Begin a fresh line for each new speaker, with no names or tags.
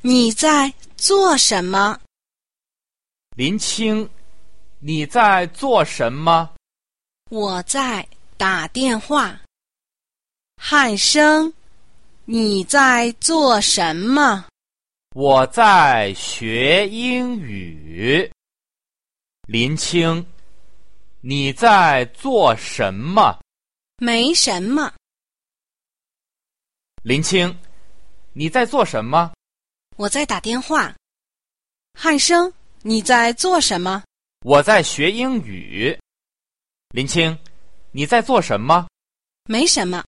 你在做什么？
林青，你在做什么？
我在打电话。汉生，你在做什么？
我在学英语。林青，你在做什么？
没什么，
林青，你在做什么？
我在打电话。汉生，你在做什么？
我在学英语。林青，你在做什么？
没什么。